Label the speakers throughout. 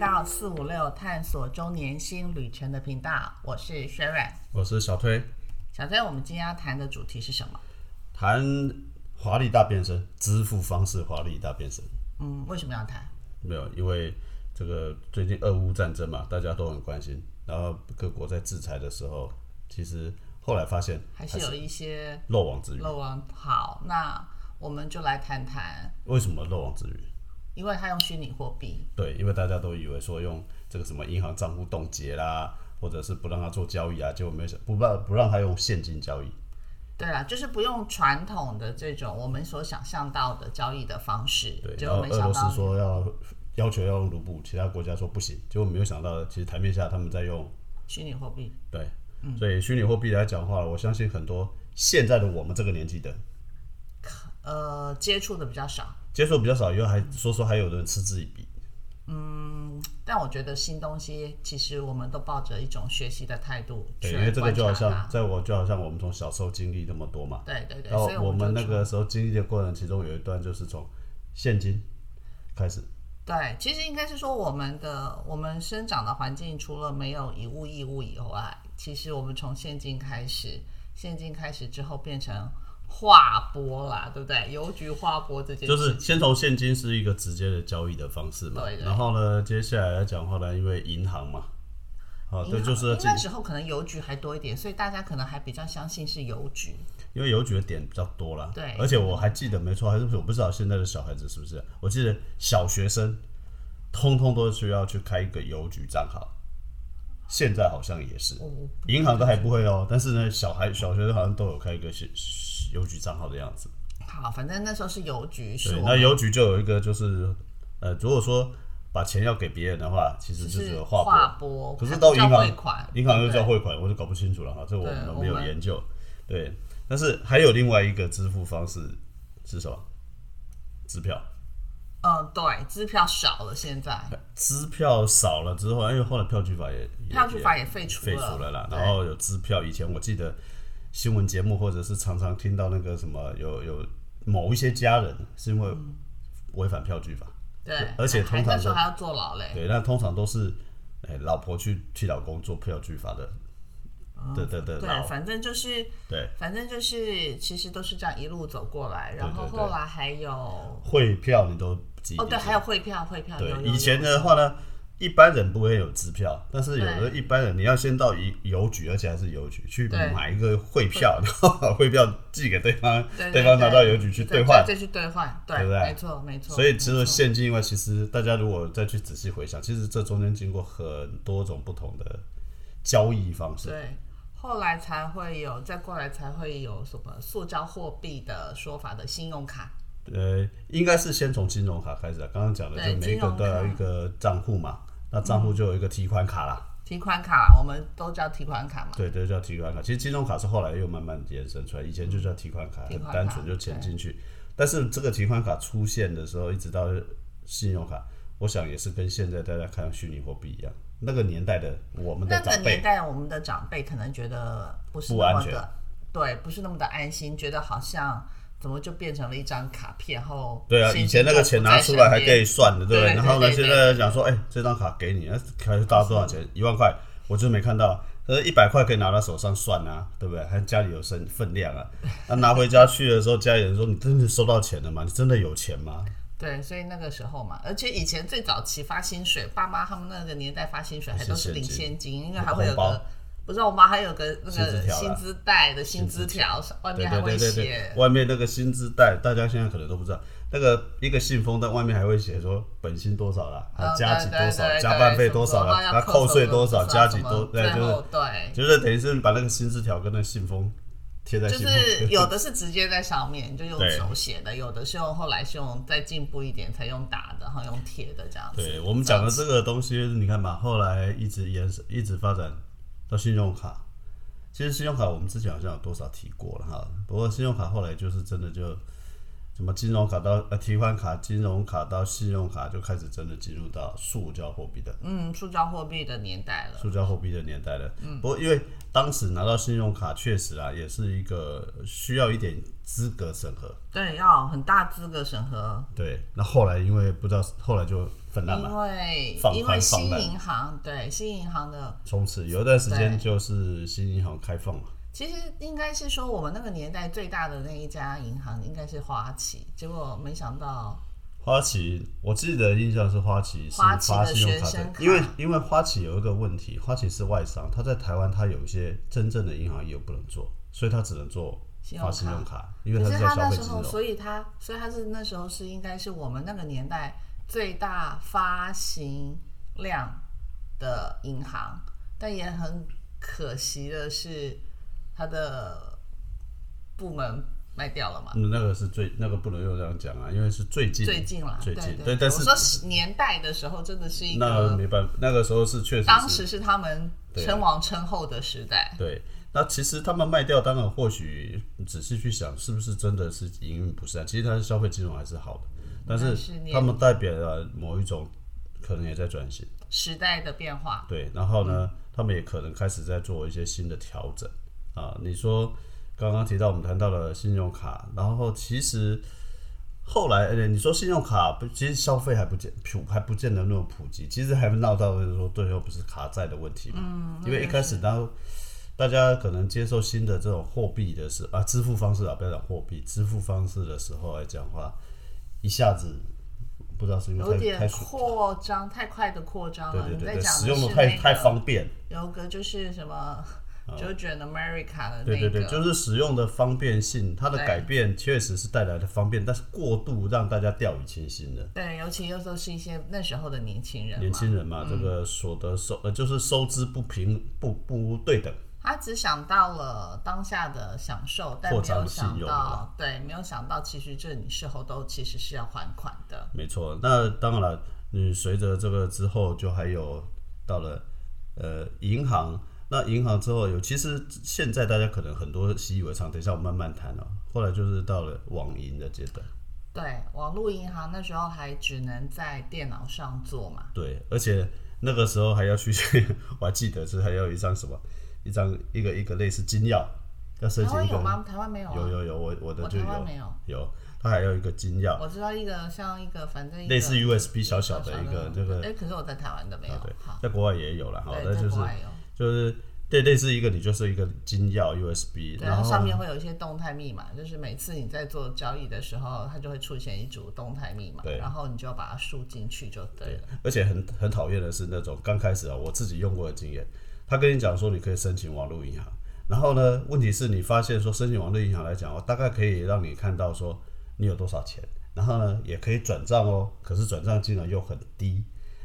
Speaker 1: 到四五六探索周年新旅程的频道，我是 Sharon。
Speaker 2: 我是小推，
Speaker 1: 小崔，我们今天要谈的主题是什么？
Speaker 2: 谈华丽大变身，支付方式华丽大变身。
Speaker 1: 嗯，为什么要谈？
Speaker 2: 没有，因为这个最近俄乌战争嘛，大家都很关心。然后各国在制裁的时候，其实后来发现
Speaker 1: 还是有一些
Speaker 2: 漏网之鱼。
Speaker 1: 漏网。好，那我们就来谈谈，
Speaker 2: 为什么漏网之鱼？
Speaker 1: 因为他用虚拟货币，
Speaker 2: 对，因为大家都以为说用这个什么银行账户冻结啦，或者是不让他做交易啊，结果没想不让不让他用现金交易。
Speaker 1: 对啦，就是不用传统的这种我们所想象到的交易的方式，
Speaker 2: 对，
Speaker 1: 结
Speaker 2: 然
Speaker 1: 果没
Speaker 2: 后俄
Speaker 1: 想
Speaker 2: 罗
Speaker 1: 到
Speaker 2: 斯说要要求要用卢布，其他国家说不行，结果没有想到，其实台面下他们在用
Speaker 1: 虚拟货币。
Speaker 2: 对，
Speaker 1: 嗯
Speaker 2: 所以虚拟货币来讲话，我相信很多现在的我们这个年纪的
Speaker 1: 呃，接触的比较少，
Speaker 2: 接受比较少，以后还说说还有人嗤之以鼻。
Speaker 1: 但我觉得新东西其实我们都抱着一种学习的态度
Speaker 2: 对，
Speaker 1: 去
Speaker 2: 因为这个
Speaker 1: 观
Speaker 2: 就好
Speaker 1: 察
Speaker 2: 像
Speaker 1: 它。
Speaker 2: 在我就好像我们从小时候经历那么多嘛，
Speaker 1: 对对对，
Speaker 2: 然后
Speaker 1: 所以
Speaker 2: 我们
Speaker 1: 就
Speaker 2: 那个时候经历的过程，其中有一段就是从现金开始，
Speaker 1: 对，其实应该是说我们的我们生长的环境，除了没有以物易物以外，其实我们从现金开始，现金开始之后变成划拨啦，对不对？邮局划拨这件事，
Speaker 2: 就是先从现金是一个直接的交易的方式嘛
Speaker 1: 对，对
Speaker 2: 然后呢，接下来来讲话呢，因为银行嘛，啊，
Speaker 1: 银
Speaker 2: 对，
Speaker 1: 行
Speaker 2: 就是
Speaker 1: 因为那时候可能邮局还多一点，所以大家可能还比较相信是邮局。
Speaker 2: 因为邮局的点比较多啦，
Speaker 1: 对
Speaker 2: 而且我还记得没错，还是我不知道现在的小孩子是不是？我记得小学生通通都需要去开一个邮局账号，现在好像也是，
Speaker 1: 我
Speaker 2: 银行都还不会哦，但是呢，小孩小学生好像都有开一个是邮局账号的样子。
Speaker 1: 好，反正那时候是邮局，是
Speaker 2: 对，
Speaker 1: 我
Speaker 2: 那邮局就有一个就是，呃，如果说把钱要给别人的话，其实
Speaker 1: 只
Speaker 2: 就是
Speaker 1: 是
Speaker 2: 有划拨。
Speaker 1: 划拨，
Speaker 2: 可是
Speaker 1: 还不
Speaker 2: 到
Speaker 1: 叫
Speaker 2: 银行
Speaker 1: 汇款，
Speaker 2: 银行又
Speaker 1: 对
Speaker 2: 叫汇款，我就搞不清楚了哈，这我
Speaker 1: 对
Speaker 2: 们
Speaker 1: 我
Speaker 2: 没有
Speaker 1: 们
Speaker 2: 研究。对，但是还有另外一个支付方式是什么？支票。
Speaker 1: 嗯，对，支票少了，现在
Speaker 2: 支票少了之后，因为后来票据法也也
Speaker 1: 票据法也废除
Speaker 2: 废除了啦，
Speaker 1: 对
Speaker 2: 然后有支票。以前我记得新闻节目或者是常常听到那个什么，有有某一些家人是因为
Speaker 1: 嗯
Speaker 2: 违反票据法，
Speaker 1: 对，
Speaker 2: 而且
Speaker 1: 还
Speaker 2: 通常
Speaker 1: 还那时候
Speaker 2: 都
Speaker 1: 还要坐牢嘞。
Speaker 2: 对，那通常都是哎老婆去替老公做票据法的的的的
Speaker 1: 哦对，
Speaker 2: 老
Speaker 1: 反正就是，
Speaker 2: 对。
Speaker 1: 反正就是，其实都是这样一路走过来，然后
Speaker 2: 对对
Speaker 1: 后来还有，
Speaker 2: 汇票你都记
Speaker 1: 哦，对，还有汇票，汇票，有有
Speaker 2: 对
Speaker 1: 有
Speaker 2: 以前的话呢，一般人不会有支票，但是有
Speaker 1: 对
Speaker 2: 的一般人你要先到邮邮局，而且还是邮局去
Speaker 1: 对
Speaker 2: 买一个汇票， 然后把汇票寄给对方，
Speaker 1: 对
Speaker 2: 方拿到邮局去
Speaker 1: 兑
Speaker 2: 换。
Speaker 1: 再去兑换，对，
Speaker 2: 对不对
Speaker 1: 没错，没错。
Speaker 2: 所以除
Speaker 1: 没
Speaker 2: 了
Speaker 1: 错
Speaker 2: 现金以外，其实大家如果再去仔细回想，其实这中间经过很多种不同的交易方式。
Speaker 1: 对，后来才会有，再过来才会有什么塑胶货币的说法的信用卡，
Speaker 2: 呃，应该是先从金融卡开始啊，刚刚讲的
Speaker 1: 对
Speaker 2: 就每一
Speaker 1: 金
Speaker 2: 个
Speaker 1: 融
Speaker 2: 都要
Speaker 1: 卡
Speaker 2: 一个账户嘛，那账户就有一个提款卡啦。
Speaker 1: 提款卡，我们都叫提款卡嘛。
Speaker 2: 对，这叫提款卡。其实金融卡是后来又慢慢延伸出来，以前就叫提款卡，
Speaker 1: 提
Speaker 2: 很
Speaker 1: 款
Speaker 2: 单
Speaker 1: 卡
Speaker 2: 纯就钱进去。但是这个提款卡出现的时候，一直到信用卡，我想也是跟现在大家看虚拟货币一样，那个年代的我们
Speaker 1: 那
Speaker 2: 的
Speaker 1: 个
Speaker 2: 长
Speaker 1: 年
Speaker 2: 辈，
Speaker 1: 代，我们的长辈可能觉得不是
Speaker 2: 不
Speaker 1: 那
Speaker 2: 安
Speaker 1: 么
Speaker 2: 全
Speaker 1: 的，对，不是那么的安心，觉得好像怎么就变成了一张卡片后，
Speaker 2: 对啊，
Speaker 1: 现
Speaker 2: 以
Speaker 1: 金
Speaker 2: 前那个
Speaker 1: 就
Speaker 2: 钱
Speaker 1: 不
Speaker 2: 拿
Speaker 1: 在
Speaker 2: 出
Speaker 1: 身
Speaker 2: 来还可
Speaker 1: 边
Speaker 2: 以算的，对不
Speaker 1: 对
Speaker 2: 对？然后呢，
Speaker 1: 对对
Speaker 2: 现在讲说，哎，这张卡给你，那可能搭多少钱？一万块，我就没看到。可是一百块可以拿到手上算啊，对不对？还家里有分分量啊。那拿回家去的时候，家里人说：“你真的收到钱了吗？你真的有钱吗？”
Speaker 1: 对，所以那个时候嘛，而且以前最早期发薪水，爸妈他们那个年代发薪水还都是领现金，因为还会有
Speaker 2: 红包
Speaker 1: 个，不是我妈还有个那
Speaker 2: 薪资
Speaker 1: 个
Speaker 2: 条啦
Speaker 1: 薪资袋的薪资条，外
Speaker 2: 对
Speaker 1: 面
Speaker 2: 对
Speaker 1: 还
Speaker 2: 对
Speaker 1: 会
Speaker 2: 对对
Speaker 1: 写，，
Speaker 2: 外面那个薪资袋，大家现在可能都不知道，那个一个信封，但外面还会写说本薪多少啦，啊
Speaker 1: 嗯
Speaker 2: 加几
Speaker 1: 对
Speaker 2: 多
Speaker 1: 对
Speaker 2: 少，
Speaker 1: 对
Speaker 2: 加
Speaker 1: 对
Speaker 2: 班费
Speaker 1: 什么
Speaker 2: 多少
Speaker 1: 时候
Speaker 2: 啦，
Speaker 1: 要
Speaker 2: 那扣税
Speaker 1: 什么
Speaker 2: 多少，加几
Speaker 1: 什么
Speaker 2: 多，对，
Speaker 1: 最
Speaker 2: 就是
Speaker 1: 后对。
Speaker 2: 就是等于是把那个薪资条跟那个信封贴在
Speaker 1: 就
Speaker 2: 信封
Speaker 1: 是，有的是直接在上面就用
Speaker 2: 对
Speaker 1: 手写的，有的是用后来是用再进步一点才用打的，然后用贴的这样子。
Speaker 2: 对我们讲的这个东西，你看嘛，后来一直延伸，一直发展到信用卡。其实信用卡我们之前好像有多少提过了哈，不过信用卡后来就是真的就什么金融卡到呃提款卡、金融卡到信用卡，就开始真的进入到塑胶货币的
Speaker 1: 嗯，塑胶货币的年代了，
Speaker 2: 塑胶货币的年代了。不过因为当时拿到信用卡，确实啊，也是一个需要一点资格审核。
Speaker 1: 对，要很大资格审核，
Speaker 2: 对，那后来因为不知道，后来就泛滥
Speaker 1: 因
Speaker 2: 嘛。
Speaker 1: 为
Speaker 2: 放
Speaker 1: 因为
Speaker 2: 宽放
Speaker 1: 新
Speaker 2: 慢
Speaker 1: 银行对新银行的
Speaker 2: 从此有一段时间
Speaker 1: 对
Speaker 2: 就是新银行开放嘛，
Speaker 1: 其实应该是说，我们那个年代最大的那一家银行应该是花旗，结果没想到，
Speaker 2: 花旗，我记得印象是花旗是
Speaker 1: 花
Speaker 2: 发
Speaker 1: 旗的
Speaker 2: 信用卡
Speaker 1: 学生卡
Speaker 2: 的，因为因为花旗有一个问题，花旗是外商，它在台湾它有一些真正的银行业务不能做，所以它只能做
Speaker 1: 信用
Speaker 2: 发
Speaker 1: 卡
Speaker 2: 信用卡，因为
Speaker 1: 可
Speaker 2: 它
Speaker 1: 是
Speaker 2: 在
Speaker 1: 他
Speaker 2: 消
Speaker 1: 那
Speaker 2: 费
Speaker 1: 时
Speaker 2: 金
Speaker 1: 候，
Speaker 2: 融。
Speaker 1: 所以他所以他是那时候是应该是我们那个年代最大发行量的银行，但也很可惜的是，它的部门卖掉了嘛。
Speaker 2: 嗯，那个是最那个不能用这样讲啊，因为是最近
Speaker 1: 最近啦，
Speaker 2: 最近
Speaker 1: 对
Speaker 2: 对，但是
Speaker 1: 我说年代的时候，真的是一
Speaker 2: 那个
Speaker 1: 个
Speaker 2: 没办法，那个时候是确实
Speaker 1: 当
Speaker 2: 是
Speaker 1: 时是他们
Speaker 2: 对啊
Speaker 1: 称王称后的时代。
Speaker 2: 对。那其实他们卖掉，当然或许仔细去想，是不是真的是营运不善？其实它的消费金融还是好的，但
Speaker 1: 但
Speaker 2: 是
Speaker 1: 是你
Speaker 2: 他们代表了某一种，可能也在转型。
Speaker 1: 时代的变化，
Speaker 2: 对，然后呢，他们也可能开始在做一些新的调整啊。你说刚刚提到我们谈到了信用卡，然后其实后来，呃你说信用卡不，其实消费还不见普，还不见得那么普及，其实还闹到就是说最后不是卡债的问题嘛，
Speaker 1: 嗯
Speaker 2: 因为一开始当大家可能接受新的这种货币的时啊，支付方式啊，不要讲货币，支付方式的时候来讲话，一下子不知道是因
Speaker 1: 有
Speaker 2: 为太太
Speaker 1: 点
Speaker 2: 熟
Speaker 1: 扩张，太快的扩张
Speaker 2: 对
Speaker 1: 了。
Speaker 2: 对
Speaker 1: 你
Speaker 2: 对
Speaker 1: 在
Speaker 2: 对，
Speaker 1: 讲
Speaker 2: 使
Speaker 1: 的
Speaker 2: 用
Speaker 1: 是
Speaker 2: 的太
Speaker 1: 那个
Speaker 2: 太方便，
Speaker 1: 有个就是什么 Georgian America 的那个，
Speaker 2: 嗯对对对，就是使用的方便性，它的
Speaker 1: 对
Speaker 2: 改变确实是带来的方便，但是过度让大家掉以轻心了。
Speaker 1: 对尤其又都是一些那时候的年轻人嘛，
Speaker 2: 年轻人嘛，
Speaker 1: 嗯
Speaker 2: 这个所得收呃就是收支不平不不对等，
Speaker 1: 他只想到了当下的享受，但
Speaker 2: 扩
Speaker 1: 没有
Speaker 2: 张信
Speaker 1: 想
Speaker 2: 用
Speaker 1: 到
Speaker 2: 啊，
Speaker 1: 对，没有想到其实这你事后都其实是要还款的。
Speaker 2: 没错。那当然，你随着这个之后，就还有到了呃银行，那银行之后有，其实现在大家可能很多习以为常，等一下我慢慢谈哦。后来就是到了网银的阶段，
Speaker 1: 对，网络银行那时候还只能在电脑上做嘛，
Speaker 2: 对，而且那个时候还要去， 我还记得是还要一张什么，一张一个一个类似金钥，要申
Speaker 1: 台
Speaker 2: 请
Speaker 1: 湾
Speaker 2: 一
Speaker 1: 有
Speaker 2: 个，
Speaker 1: 吗？台湾没有、啊，
Speaker 2: 有有有，我我的
Speaker 1: 我
Speaker 2: 就
Speaker 1: 台湾
Speaker 2: 有
Speaker 1: 没有。
Speaker 2: 有，他还要一个金钥，
Speaker 1: 我知道一个像一个反正一个
Speaker 2: 类似 USB 小小的一个这个，
Speaker 1: 哎，可是我在台湾的没有，
Speaker 2: 啊对
Speaker 1: 好，，
Speaker 2: 在国外也有了哈，
Speaker 1: 对，
Speaker 2: 那
Speaker 1: 在
Speaker 2: 就是
Speaker 1: 国外有，
Speaker 2: 就是对类似一个你就是一个金钥 USB，
Speaker 1: 对，然
Speaker 2: 然
Speaker 1: 后上
Speaker 2: 后
Speaker 1: 面会有一些动态密码，就是每次你在做交易的时候，它就会出现一组动态密码，
Speaker 2: 对
Speaker 1: 然后你就把它输进去就对了。
Speaker 2: 而且很很讨厌的是那种刚开始啊，我自己用过的经验，他跟你讲说你可以申请网络银行，然后呢，问题是你发现说申请网络银行来讲哦，大概可以让你看到说你有多少钱，然后呢也可以转账哦，可是转账金额又很低，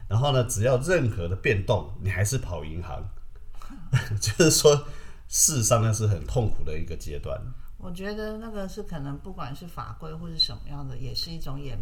Speaker 2: 然后呢只要任何的变动，你还是跑银行，就是说事实上那是很痛苦的一个阶段。
Speaker 1: 我觉得那个是可能不管是法规或是什么样的，也是一种演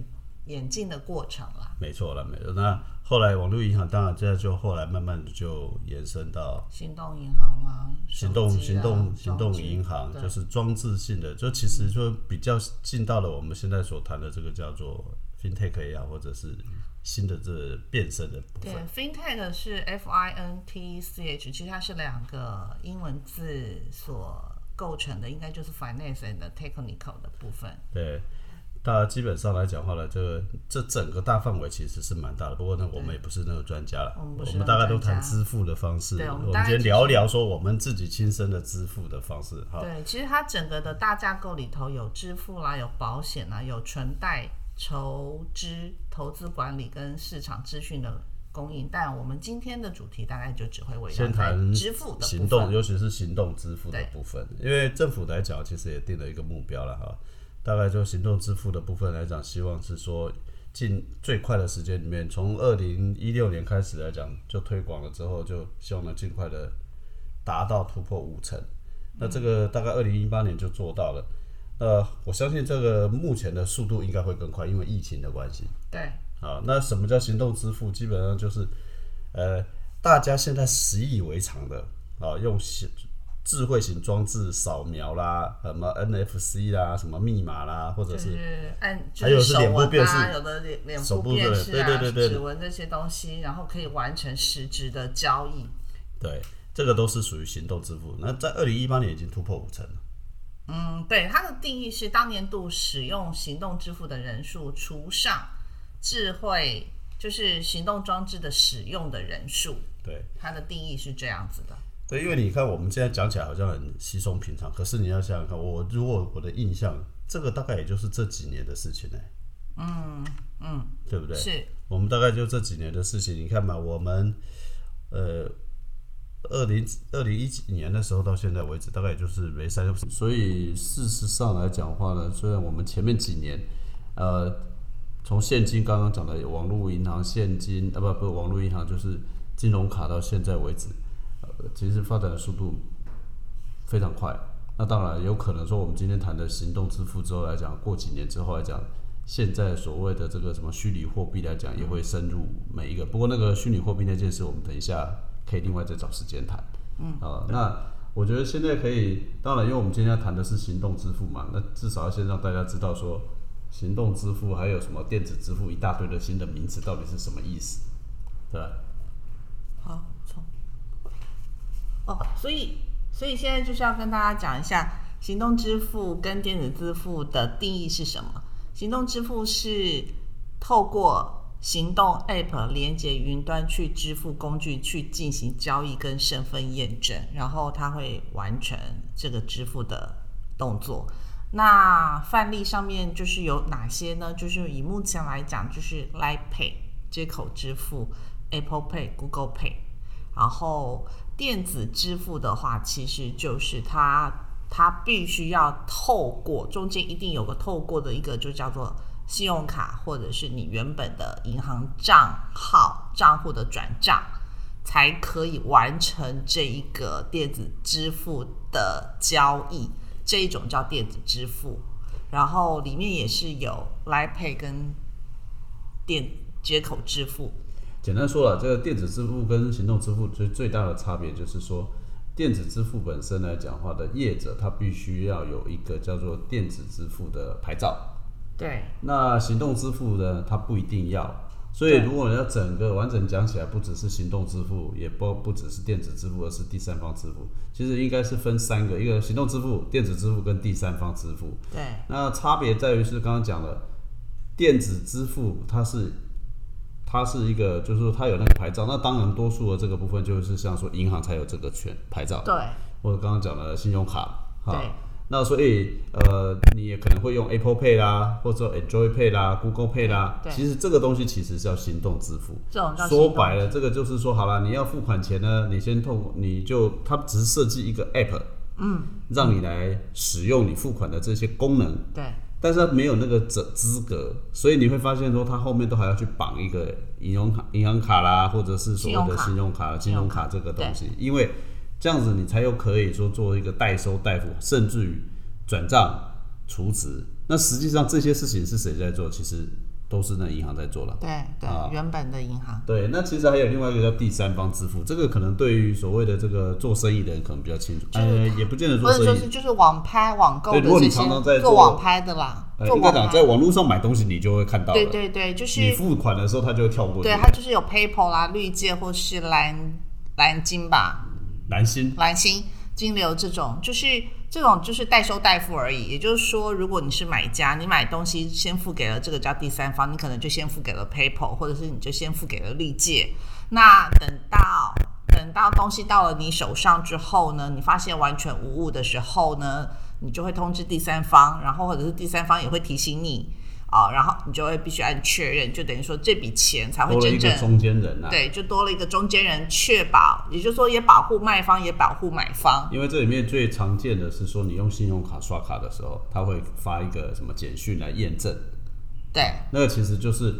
Speaker 1: 演进的过程啦。
Speaker 2: 没错了，没错。那后来网络银行当然这就后来慢慢地就延伸到
Speaker 1: 行动银行啊，
Speaker 2: 行动
Speaker 1: 手机
Speaker 2: 行
Speaker 1: 啊
Speaker 2: 动行动
Speaker 1: 装置
Speaker 2: 银行
Speaker 1: 对嗯
Speaker 2: 就是装置性的，就其实就比较进到了我们现在所谈的这个叫做 fintech 也好，或者是新的这变身的部
Speaker 1: 对
Speaker 2: 分。
Speaker 1: ，fintech 是 F I N T E C H，其实它是两个英文字所构成的，应该就是 finance and technical 的部分。
Speaker 2: 对，那基本上来讲话呢，这个这整个大范围其实是蛮大的。不过呢，我们也不是那个专家了，
Speaker 1: 我们不
Speaker 2: 我
Speaker 1: 是
Speaker 2: 们大概都
Speaker 1: 专家
Speaker 2: 谈支付的方式。
Speaker 1: 对我
Speaker 2: 我
Speaker 1: 们
Speaker 2: 们
Speaker 1: 大概
Speaker 2: 今天
Speaker 1: 就是
Speaker 2: 聊聊说我们自己亲身的支付的方式哈。
Speaker 1: 对，其实它整个的大架构里头有支付啦，有保险啦，有存贷、筹资、投资管理跟市场资讯的供应。但我们今天的主题大概就只会围绕在
Speaker 2: 先谈
Speaker 1: 支付的部
Speaker 2: 行动，
Speaker 1: 分。
Speaker 2: 尤其是行动支付的
Speaker 1: 对
Speaker 2: 部分，因为政府来讲，其实也定了一个目标了哈。大概就行动支付的部分来讲，希望是说尽最快的时间里面，从二零一六年开始来讲，就推广了之后，就希望能尽快的达到突破五成。那这个大概二零一八年就做到了。呃，我相信这个目前的速度应该会更快，因为疫情的关系。
Speaker 1: 对，
Speaker 2: 啊，那什么叫行动支付？基本上就是，呃，大家现在习以为常的啊，用行智慧型装置扫描啦，什么 NFC 啦，什么密码啦，或者
Speaker 1: 就是是按，就
Speaker 2: 还有是
Speaker 1: 手
Speaker 2: 脸部
Speaker 1: 纹
Speaker 2: 辨
Speaker 1: 啊，
Speaker 2: 识
Speaker 1: 有的脸脸
Speaker 2: 手
Speaker 1: 部
Speaker 2: 部
Speaker 1: 辨
Speaker 2: 对
Speaker 1: 识啊，
Speaker 2: 对对对对
Speaker 1: 指纹这些东西，然后可以完成实质的交易。
Speaker 2: 对，这个都是属于行动支付。那在二零一八年已经突破五成了。
Speaker 1: 嗯，对，它的定义是当年度使用行动支付的人数除上智慧，就是行动装置的使用的人数，
Speaker 2: 对，
Speaker 1: 它的定义是这样子的。
Speaker 2: 对，因为你看我们现在讲起来好像很稀松平常，可是你要想想看，我如果我的印象，这个大概也就是这几年的事情呢、嗯嗯，对不对？
Speaker 1: 是，
Speaker 2: 我们大概就这几年的事情，你看嘛，我们呃，二零二零一几年的时候到现在为止，大概也就是没三，所以事实上来讲话呢，虽然我们前面几年，呃，从现金刚刚讲的网络银行现金啊，不不，网络银行就是金融卡到现在为止，呃，其实发展的速度非常快。那当然，有可能说我们今天谈的行动支付之后来讲，过几年之后来讲，现在所谓的这个什么虚拟货币来讲，也会深入每一个。不过那个虚拟货币那件事，我们等一下可以另外再找时间谈。嗯，啊、那我觉得现在可以，当然，因为我们今天要谈的是行动支付嘛，那至少要先让大家知道说，行动支付还有什么电子支付一大堆的新的名词到底是什么意思，对吧？
Speaker 1: 好，从哦，所以所以现在就是要跟大家讲一下，行动支付跟电子支付的定义是什么？行动支付是透过行动 App 连接云端去支付工具去进行交易跟身份验证，然后它会完成这个支付的动作。那范例上面就是有哪些呢？就是以目前来讲，就是 Line Pay 接口支付、Apple Pay、Google Pay，然后电子支付的话，其实就是它它必须要透过中间一定有个透过的一个，就叫做信用卡或者是你原本的银行账号账户的转账，才可以完成这一个电子支付的交易，这一种叫电子支付。然后里面也是有 Line Pay 跟电接口支付，
Speaker 2: 简单说了，这个电子支付跟行动支付最最大的差别就是说，电子支付本身来讲话的业者，他必须要有一个叫做电子支付的牌照。
Speaker 1: 对，
Speaker 2: 那行动支付呢，它不一定要。所以，
Speaker 1: 对
Speaker 2: 如果你要整个完整讲起来，不只是行动支付，也不不只是电子支付，而是第三方支付。其实应该是分三个：一个行动支付、电子支付跟第三方支付。
Speaker 1: 对，
Speaker 2: 那差别在于是刚刚讲的，电子支付它是它是一个，就是说它有那个牌照。那当然，多数的这个部分就是像说银行才有这个权牌照，
Speaker 1: 对，
Speaker 2: 或者刚刚讲的信用卡哈
Speaker 1: 对。
Speaker 2: 那所以呃，你也可能会用 Apple Pay 啦，或者说 Enjoy Pay 啦、Google Pay 啦。
Speaker 1: 对对
Speaker 2: 其实这个东西其实是要行动支付。
Speaker 1: 这种叫
Speaker 2: 说
Speaker 1: 行动
Speaker 2: 白了，这个就是说，好了，你要付款前呢，你先透过你就它只是设计一个 app，嗯，让你来使用你付款的这些功能，
Speaker 1: 对，
Speaker 2: 但是它没有那个资资格，所以你会发现说，它后面都还要去绑一个银行卡、银行卡啦，或者是所谓的信
Speaker 1: 信
Speaker 2: 用卡、
Speaker 1: 信
Speaker 2: 金融
Speaker 1: 用
Speaker 2: 卡
Speaker 1: 卡
Speaker 2: 这个东西，因为这样子你才有可以说做一个代收代付，甚至于转账、储值。那实际上这些事情是谁在做？其实都是那银行在做了。
Speaker 1: 对对，
Speaker 2: 啊
Speaker 1: 原本的银行，
Speaker 2: 对，那其实还有另外一个叫第三方支付，这个可能对于所谓的这个做生意的人可能比较清楚，
Speaker 1: 就是
Speaker 2: 呃，也不见得
Speaker 1: 或
Speaker 2: 做
Speaker 1: 者
Speaker 2: 生
Speaker 1: 就
Speaker 2: 意
Speaker 1: 是，就是网拍、网购的
Speaker 2: 对如果你
Speaker 1: 这
Speaker 2: 常常在
Speaker 1: 些
Speaker 2: 做
Speaker 1: 做网拍的啦，
Speaker 2: 呃，
Speaker 1: 做
Speaker 2: 应该
Speaker 1: 网
Speaker 2: 讲在
Speaker 1: 拍，
Speaker 2: 网络上买东西你就会看到了。
Speaker 1: 对对对，就
Speaker 2: 你
Speaker 1: 是
Speaker 2: 付款的时候他就会跳过去。
Speaker 1: 对，它就是有 PayPal 啦、绿界或是蓝蓝鲸吧、
Speaker 2: 蓝心
Speaker 1: 蓝星、金流这种，就是这种就是代收代付而已。也就是说，如果你是买家，你买东西先付给了这个叫第三方，你可能就先付给了 PayPal，或者是你就先付给了绿界。那等到等到东西到了你手上之后呢，你发现完全无误的时候呢，你就会通知第三方，然后或者是第三方也会提醒你。啊、然后你就会必须按确认，就等于说这笔钱才会
Speaker 2: 多了一
Speaker 1: 真
Speaker 2: 个
Speaker 1: 正
Speaker 2: 中间人啊。，
Speaker 1: 对，就多了一个中间人，确保，也就是说也保护卖方，也保护买方。
Speaker 2: 因为这里面最常见的是说，你用信用卡刷卡的时候，他会发一个什么简讯来验证，
Speaker 1: 对
Speaker 2: 那个其实就是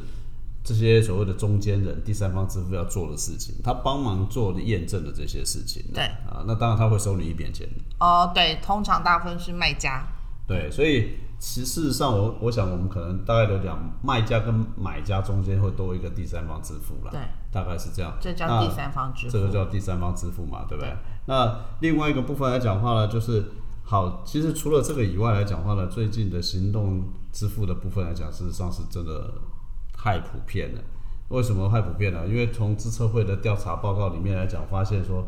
Speaker 2: 这些所谓的中间人、第三方支付要做的事情，他帮忙做的验证的这些事情啊。
Speaker 1: 对
Speaker 2: 啊，那当然他会收你一点钱。
Speaker 1: 哦，对，通常大部分是卖家。嗯
Speaker 2: 对，所以其事实上我，我想我们可能大概都讲，卖家跟买家中间会多一个第三方支付啦，
Speaker 1: 对，
Speaker 2: 大概是这样。
Speaker 1: 这叫
Speaker 2: 那
Speaker 1: 第三方支付
Speaker 2: 这个叫第三方支付嘛，对不对？那另外一个部分来讲话呢，就是好，其实除了这个以外来讲话呢，最近的行动支付的部分来讲，事实上是真的太普遍了。为什么太普遍了？因为从资策会的调查报告里面来讲，发现说，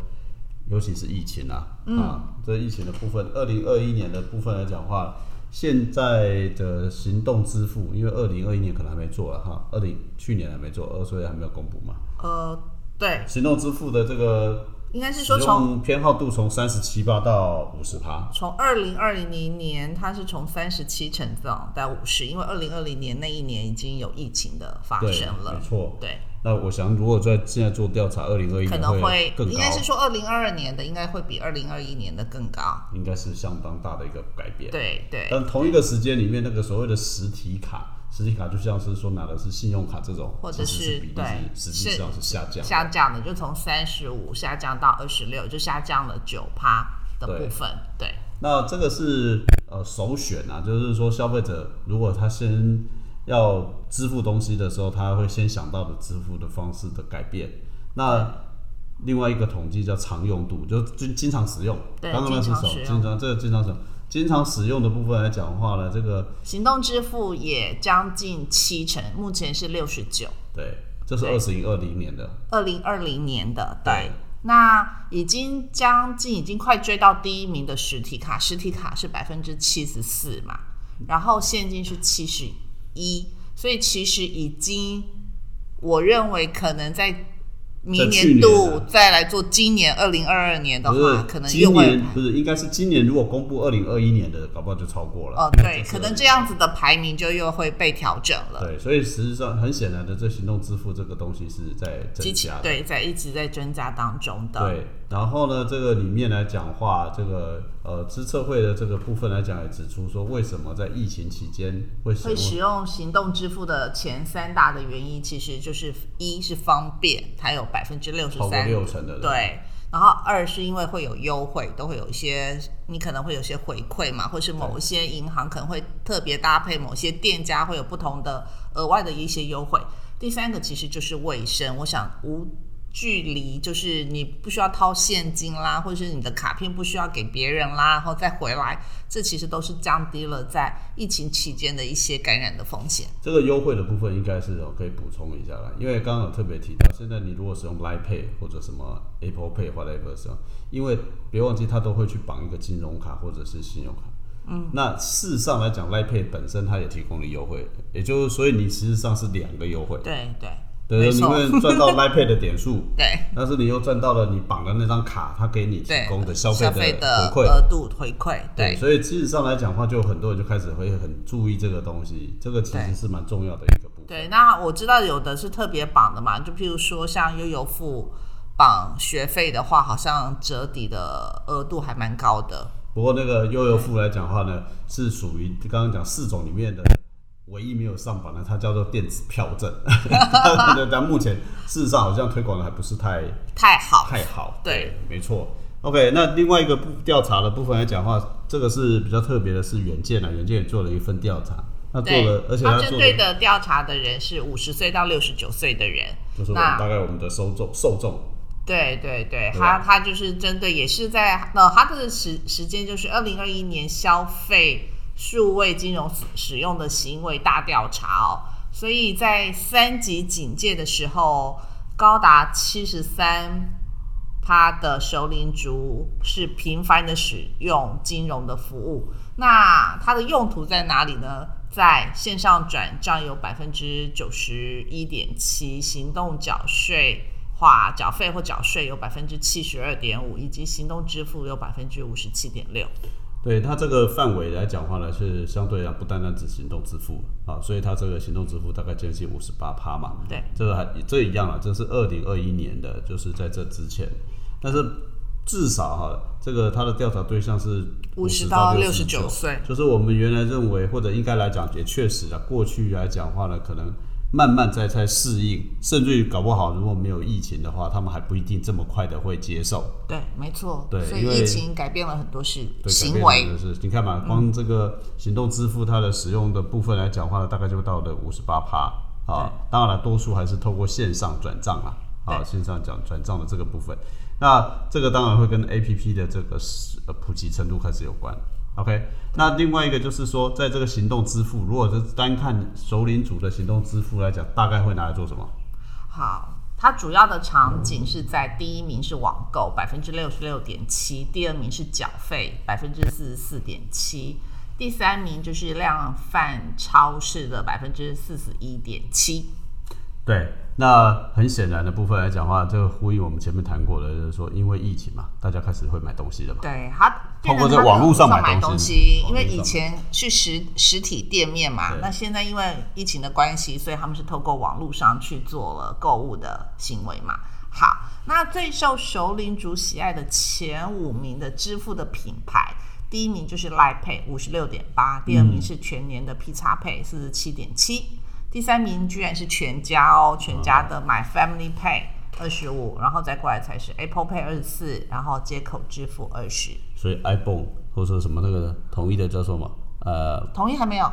Speaker 2: 尤其是疫情啊，啊，这疫情的部分，二零二一年的部分来讲话，现在的行动支付，因为二零二一年可能还没做了哈，二零去年还没做，呃，所以还没有公布嘛。
Speaker 1: 呃，对，
Speaker 2: 行动支付的这个
Speaker 1: 应该是
Speaker 2: 使
Speaker 1: 说从
Speaker 2: 用偏好度从三十七八到五十趴，
Speaker 1: 从二零二零年，它是从三十七成长到五十，因为二零二零年那一年已经有疫情的发
Speaker 2: 对，
Speaker 1: 生
Speaker 2: 没
Speaker 1: 了，
Speaker 2: 错。
Speaker 1: 对，
Speaker 2: 那我想，如果在现在做调查，二零二一
Speaker 1: 可
Speaker 2: 年
Speaker 1: 能会
Speaker 2: 更高，
Speaker 1: 应该是说二零二二年的应该会比二零二一年的更高，
Speaker 2: 应该是相当大的一个改变。
Speaker 1: 对对，
Speaker 2: 但同一个时间里面，那个所谓的实体卡，实体卡就像是说拿的是信用卡这种，
Speaker 1: 或者
Speaker 2: 其实
Speaker 1: 是
Speaker 2: 是比例
Speaker 1: 对
Speaker 2: 是实际上是下降的。
Speaker 1: 下降的就从三十五下降到二十六，就下降了九趴的
Speaker 2: 对
Speaker 1: 部分，对，
Speaker 2: 那这个是呃首选啊，就是说消费者如果他先要支付东西的时候，他会先想到的支付的方式的改变。那另外一个统计叫常用度，就就经常使用。
Speaker 1: 对
Speaker 2: 刚刚那是
Speaker 1: 经常
Speaker 2: 手
Speaker 1: 使，用
Speaker 2: 经常这个经常使用，经常使用的部分来讲的话呢，这个
Speaker 1: 行动支付也将近七成，目前是六十九，
Speaker 2: 对，这是
Speaker 1: 对
Speaker 2: 二零二零年的，
Speaker 1: 二零二零年的，
Speaker 2: 对
Speaker 1: 对。那已经将近，已经快追到第一名的实体卡，实体卡是百分之七十四嘛，然后现金是七十一，所以其实已经，我认为可能在明
Speaker 2: 在去年
Speaker 1: 度
Speaker 2: 啊
Speaker 1: 再来做今年二零二二年的
Speaker 2: 不是
Speaker 1: 话，可能又
Speaker 2: 今
Speaker 1: 会
Speaker 2: 年不是应该是今年如果公布二零二一年的，搞不好就超过了。
Speaker 1: 哦，对，
Speaker 2: 就是
Speaker 1: 可能这样子的排名就又会被调整了，
Speaker 2: 对，所以实际上很显然的，这行动支付这个东西是在增
Speaker 1: 机器
Speaker 2: 加的。
Speaker 1: 对，在一直在增加当中的，
Speaker 2: 对，然后呢，这个里面来讲话，这个呃，资策会的这个部分来讲，也指出说，为什么在疫情期间会使
Speaker 1: 会
Speaker 2: 用
Speaker 1: 使用行动支付的前三大的原因，其实就是一是方便，它有百分之六十
Speaker 2: 超过
Speaker 1: 三，
Speaker 2: 六成的人？
Speaker 1: 对。然后二是因为会有优惠，都会有一些，你可能会有些回馈嘛，或是某一些银行可能会特别搭配某些店家会有不同的额外的一些优惠。第三个其实就是卫生，我想无距离，就是你不需要掏现金啦，或者是你的卡片不需要给别人啦，然后再回来，这其实都是降低了在疫情期间的一些感染的风险。
Speaker 2: 这个优惠的部分应该是有哦可以补充一下啦，因为刚刚有特别提到，现在你如果使用 Line Pay 或者什么 Apple Pay whatever 时候，因为别忘记它都会去绑一个金融卡或者是信用卡。嗯，那事实上来讲，Line Pay 本身它也提供了优惠，也就是所以你实际上是两个优惠，
Speaker 1: 对对，
Speaker 2: 对，
Speaker 1: 没
Speaker 2: 你
Speaker 1: 错
Speaker 2: 会赚到 Line Pay 的点数，
Speaker 1: 对。
Speaker 2: 但是你又赚到了你绑的那张卡，它给你提
Speaker 1: 对
Speaker 2: 供的消
Speaker 1: 消
Speaker 2: 费
Speaker 1: 费
Speaker 2: 的
Speaker 1: 的
Speaker 2: 回馈。呃
Speaker 1: 额度回馈，对
Speaker 2: 所以事实上来讲的话，就很多人就开始会很注意这个东西，这个其实
Speaker 1: 对
Speaker 2: 是蛮重要的一个部分。
Speaker 1: 对，那我知道有的是特别绑的嘛，就譬如说像悠游付绑学费的话，好像折抵的额度还蛮高的。
Speaker 2: 不过那个悠游付来讲的话呢，是属于刚刚讲四种里面的唯一没有上榜的，它叫做电子票 证。 但但目前事实上好像推广的还不是太
Speaker 1: 太好，
Speaker 2: 太好。
Speaker 1: 对，
Speaker 2: 没错。OK，那另外一个部调查的部分来讲的话，这个是比较特别的，是远见啊，远见也做了一份调查，那做
Speaker 1: 对
Speaker 2: 了，，而且
Speaker 1: 他
Speaker 2: 他
Speaker 1: 针
Speaker 2: 做
Speaker 1: 对
Speaker 2: 的
Speaker 1: 的调查的人是五十岁到六十九岁的人，
Speaker 2: 就是我们
Speaker 1: 那
Speaker 2: 大概我们的受众受众，
Speaker 1: 对对对，
Speaker 2: 对
Speaker 1: 他
Speaker 2: 吧
Speaker 1: 他就是针对，也是在呃，他的时时间就是二零二一年消费数位金融使使用的行为大调查哦，所以在三级警戒的时候，高达七十三他的首领族是频繁的使用金融的服务。那它的用途在哪里呢？在线上转账有百分之九十一点七，行动缴税话缴费或缴税有百分之七十二点五，以及行动支付有百分之五十七点六。
Speaker 2: 对它这个范围来讲话呢，是相对来啊讲不单单只行动支付啊，所以它这个行动支付大概接近五十八趴嘛。
Speaker 1: 对，
Speaker 2: 这个还这一样了，啊这是二零二一年的，就是在这之前，但是至少哈，这个它的调查对象是
Speaker 1: 五
Speaker 2: 十
Speaker 1: 十到
Speaker 2: 六
Speaker 1: 六十九岁，
Speaker 2: 就是我们原来认为或者应该来讲也确实啊，过去来讲话呢，可能慢慢在在适应，甚至于搞不好如果没有疫情的话，他们还不一定这么快的会接受。
Speaker 1: 对，没错。
Speaker 2: 对
Speaker 1: 所
Speaker 2: 因
Speaker 1: 以
Speaker 2: 为
Speaker 1: 疫情改变了很多事
Speaker 2: 对，
Speaker 1: 行
Speaker 2: 改变
Speaker 1: 为。嗯
Speaker 2: 了就是你看嘛，光这个行动支付它的使用的部分来讲话呢，大概就到了五十八趴啊。当然了，多数还是透过线上转账啦，啊，线上转转账的这个部分。那这个当然会跟 A P P 的这个是呃普及程度开始有关。OK，那另外一个就是说，在这个行动支付，如果是单看首领组的行动支付来讲，大概会拿来做什么？
Speaker 1: 好，它主要的场景是在第一名是网购百分之六十六点七，第二名是缴费百分之四十四点七，第三名就是量贩超市的百分之四十一点七。
Speaker 2: 对，那很显然的部分来讲的话，这个呼应我们前面谈过的，就是说因为疫情嘛，大家开始会买东西了嘛。
Speaker 1: 对，它
Speaker 2: 通过
Speaker 1: 变成
Speaker 2: 在
Speaker 1: 它
Speaker 2: 网络上
Speaker 1: 上
Speaker 2: 买东
Speaker 1: 东
Speaker 2: 西
Speaker 1: 因为
Speaker 2: 网络上
Speaker 1: 以前去实实体店面嘛
Speaker 2: 对，
Speaker 1: 那现在因为疫情的关系，所以他们是透过网络上去做了购物的行为嘛。好，那最受首领主喜爱的前五名的支付的品牌，第一名就是 Line Pay 五十六点八，第二
Speaker 2: 嗯
Speaker 1: 名是全年的 P 叉 Pay 四十七点七，第三名居然是全家哦，全家的 My Family Pay 二十五，然后再过来才是 Apple Pay 二十四，然后接口支付二十。
Speaker 2: 所以 iPhone 或者说什么那个统一的叫什么？呃，
Speaker 1: 同意还没有？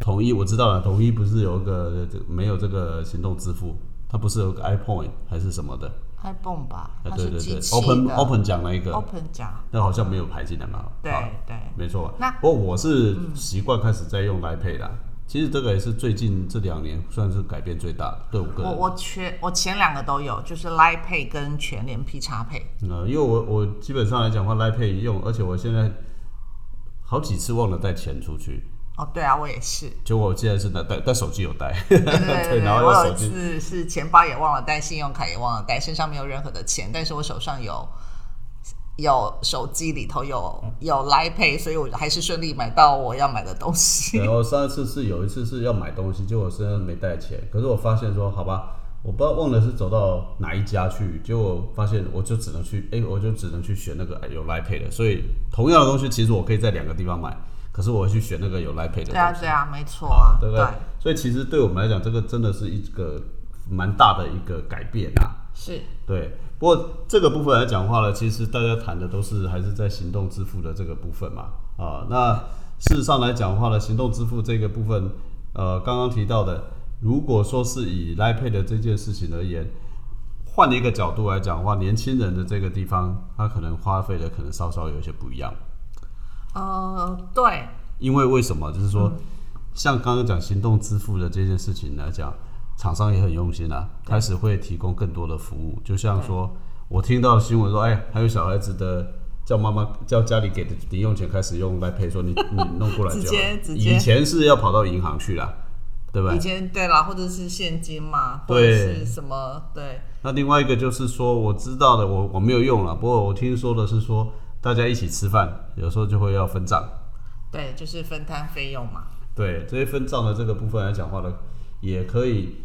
Speaker 2: 统一我知道了，统一不是有一个这没有这个行动支付，它不是有个 iPhone 还是什么的？
Speaker 1: iPhone 吧，
Speaker 2: 呃
Speaker 1: 它
Speaker 2: 对
Speaker 1: 是
Speaker 2: 对
Speaker 1: 机
Speaker 2: 对
Speaker 1: 器的。
Speaker 2: ，Open Open 讲了一个，
Speaker 1: Open 讲，
Speaker 2: 但好像没有排进来嘛。
Speaker 1: 对
Speaker 2: 好
Speaker 1: 对，
Speaker 2: 没错。
Speaker 1: 那嗯
Speaker 2: 不过我是习惯开始在用来配啦。其实这个也是最近这两年算是改变最大的，对我个
Speaker 1: 我
Speaker 2: 人。
Speaker 1: 我全我前两个都有，就是 Line Pay 跟全联 P 叉 Pay。
Speaker 2: 呃，因为我我基本上来讲话来配用，而且我现在好几次忘了带钱出去，
Speaker 1: 哦，对啊，我也 是。
Speaker 2: 结果我现在是拿带带手机有带，
Speaker 1: 对 对对，
Speaker 2: 然后
Speaker 1: 我
Speaker 2: 用
Speaker 1: 有
Speaker 2: 手
Speaker 1: 一
Speaker 2: 机
Speaker 1: 次是钱包也忘了带，信用卡也忘了带，身上没有任何的钱，但是我手上有有手机里头有
Speaker 2: 嗯
Speaker 1: 有 Line Pay，所以我还是顺利买到我要买的东西。
Speaker 2: 然后上一次是有一次是要买东西，结果身上没带钱，可是我发现说好吧，我不知道忘了是走到哪一家去，结果发现我就只能去，哎、我就只能去选那个哎有 Line Pay 的，所以同样的东西其实我可以在两个地方买，可是我会去选那个有 Line Pay 的
Speaker 1: 对啊
Speaker 2: 东西
Speaker 1: 对啊，没错啊，
Speaker 2: 对不对？所以其实对我们来讲，这个真的是一个蛮大的一个改变啊。
Speaker 1: 是
Speaker 2: 对，不过这个部分来讲的话呢，其实大家谈的都是还是在行动支付的这个部分嘛。啊，那事实上来讲的话呢，行动支付这个部分，呃，刚刚提到的，如果说是以 Line Pay 的这件事情而言，换一个角度来讲的话，年轻人的这个地方，他可能花费的可能稍稍有一些不一样。
Speaker 1: 呃对，
Speaker 2: 因为为什么？就是
Speaker 1: 嗯
Speaker 2: 说，像刚刚讲行动支付的这件事情来讲，厂商也很用心啊，开始会提供更多的服务。就像说，我听到新闻说，哎，还有小孩子的叫妈妈叫家里给的零用钱开始用来赔，说你 你弄过来就
Speaker 1: 直
Speaker 2: 好
Speaker 1: 接直接
Speaker 2: 以前是要跑到银行去啦，对吧
Speaker 1: 以？前对啦，或者是现金嘛，或者
Speaker 2: 对
Speaker 1: 是什么对。
Speaker 2: 那另外一个就是说，我知道的，我我没有用了。不过我听说的是说，大家一起吃饭，有时候就会要分账。
Speaker 1: 对，就是分摊费用嘛。
Speaker 2: 对这些分账的这个部分来讲话呢，也可以。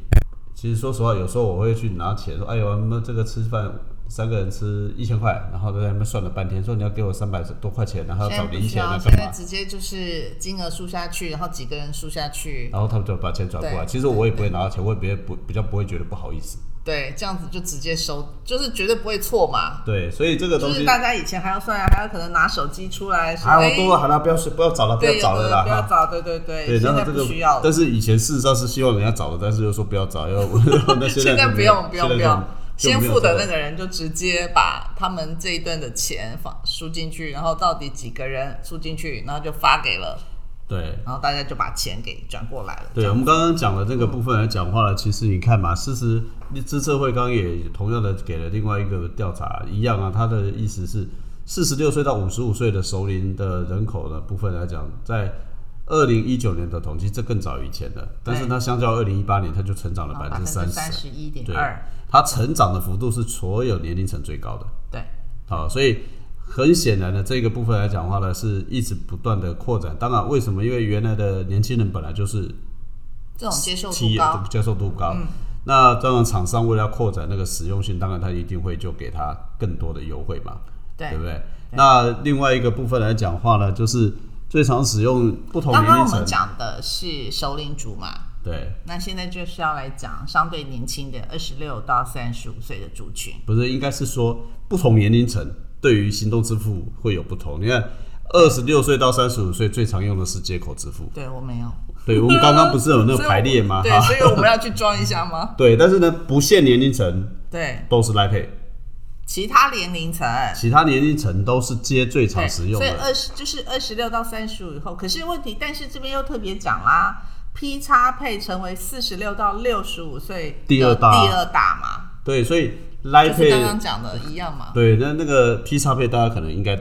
Speaker 2: 其实说实话，有时候我会去拿钱说：“哎呦，我们这个吃饭三个人吃一千块，然后在那边算了半天，说你要给我三百多块钱，然后要
Speaker 1: 现在
Speaker 2: 找
Speaker 1: 不
Speaker 2: 零
Speaker 1: 需
Speaker 2: 钱
Speaker 1: 要，
Speaker 2: 啊
Speaker 1: 现
Speaker 2: 干
Speaker 1: 在
Speaker 2: 嘛
Speaker 1: 直接就是金额输下去，然后几个人输下？”去，
Speaker 2: 然后他们就把钱转过
Speaker 1: 对
Speaker 2: 来。其实我也不会拿到钱，我也别不比较不会觉得不好意思。
Speaker 1: 对，这样子就直接收，就是绝对不会错嘛。
Speaker 2: 对，所以这个
Speaker 1: 就
Speaker 2: 东
Speaker 1: 是
Speaker 2: 西，
Speaker 1: 大家以前还要算，啊还要可能拿手机出来说，
Speaker 2: 啊，
Speaker 1: 哎、
Speaker 2: 我多了，好了，不要不要找了，不要
Speaker 1: 对，
Speaker 2: 找
Speaker 1: 有
Speaker 2: 了
Speaker 1: 的
Speaker 2: 啦。
Speaker 1: 不
Speaker 2: 哈
Speaker 1: 要找，对对对，
Speaker 2: 对，然
Speaker 1: 现
Speaker 2: 后
Speaker 1: 在
Speaker 2: 这
Speaker 1: 不
Speaker 2: 个
Speaker 1: 需要，
Speaker 2: 但
Speaker 1: 了，
Speaker 2: 是以前事实上是希望人家找的，但是又说 不要找，要那现在
Speaker 1: 现在
Speaker 2: 就
Speaker 1: 不
Speaker 2: 没有
Speaker 1: 用不用
Speaker 2: 现在
Speaker 1: 不
Speaker 2: 就
Speaker 1: 用，
Speaker 2: 就没有
Speaker 1: 先付的
Speaker 2: 这
Speaker 1: 那个人就直接把他们这一顿的钱放输进去，然后到底几个人输进去，然后就发给了，
Speaker 2: 对，
Speaker 1: 然后大家就把钱给转过来了。
Speaker 2: 对，我们刚刚讲的这个部分来讲话呢，其实你看嘛，事实资策会刚刚也同样的给了另外一个调查，一样啊，他的意思是，四十六岁到五十五岁的熟龄的人口的部分来讲，在二零一九年的统计，这更早以前的，但是它相较二零一八年，它就成长了
Speaker 1: 啊
Speaker 2: 啊百分之三
Speaker 1: 三
Speaker 2: 十，
Speaker 1: 十一点
Speaker 2: 对
Speaker 1: 二，，
Speaker 2: 它成长的幅度是所有年龄层最高的。
Speaker 1: 对，
Speaker 2: 好，所以很显然的这个部分来讲的话呢，是一直不断的扩展。当然，为什么？因为原来的年轻人本来就是
Speaker 1: 这种接受
Speaker 2: 企
Speaker 1: 度
Speaker 2: 业
Speaker 1: 高，嗯
Speaker 2: 接受度高。那当然，厂商为了要扩展那个实用性，当然他一定会就给他更多的优惠嘛，
Speaker 1: 对
Speaker 2: 不对？那另外一个部分来讲话呢，就是最常使用不同
Speaker 1: 刚
Speaker 2: 年
Speaker 1: 刚
Speaker 2: 龄
Speaker 1: 我
Speaker 2: 层
Speaker 1: 们，讲的是首领族嘛，
Speaker 2: 对，
Speaker 1: 那现在就是要来讲相对年轻的二十六到三十五岁的族群。
Speaker 2: 不是应该是说不同年龄层对于行动支付会有不同。你看，二十六岁到三十五岁最常用的是接口支付，
Speaker 1: 对我没有，
Speaker 2: 对我们刚刚不是有那个排列
Speaker 1: 嗯
Speaker 2: 吗？
Speaker 1: 所以我 对，所以我们要去装一下吗？
Speaker 2: 对，但是呢，不限年龄层
Speaker 1: 对，
Speaker 2: 都是来配。
Speaker 1: 其他年龄层。
Speaker 2: 其他年龄层都是接最
Speaker 1: 对，
Speaker 2: 常使用
Speaker 1: 所以
Speaker 2: 的。
Speaker 1: 二十就是二十六到三十五以后，可是问题，但是这边又特别讲啦，P 叉配成为四十六到六十五岁的
Speaker 2: 第二大
Speaker 1: 第二大嘛，
Speaker 2: 对，所以 Line
Speaker 1: 就是刚
Speaker 2: Pay
Speaker 1: 刚讲的一样嘛。
Speaker 2: 对，那那个 P 叉配大家可能应该，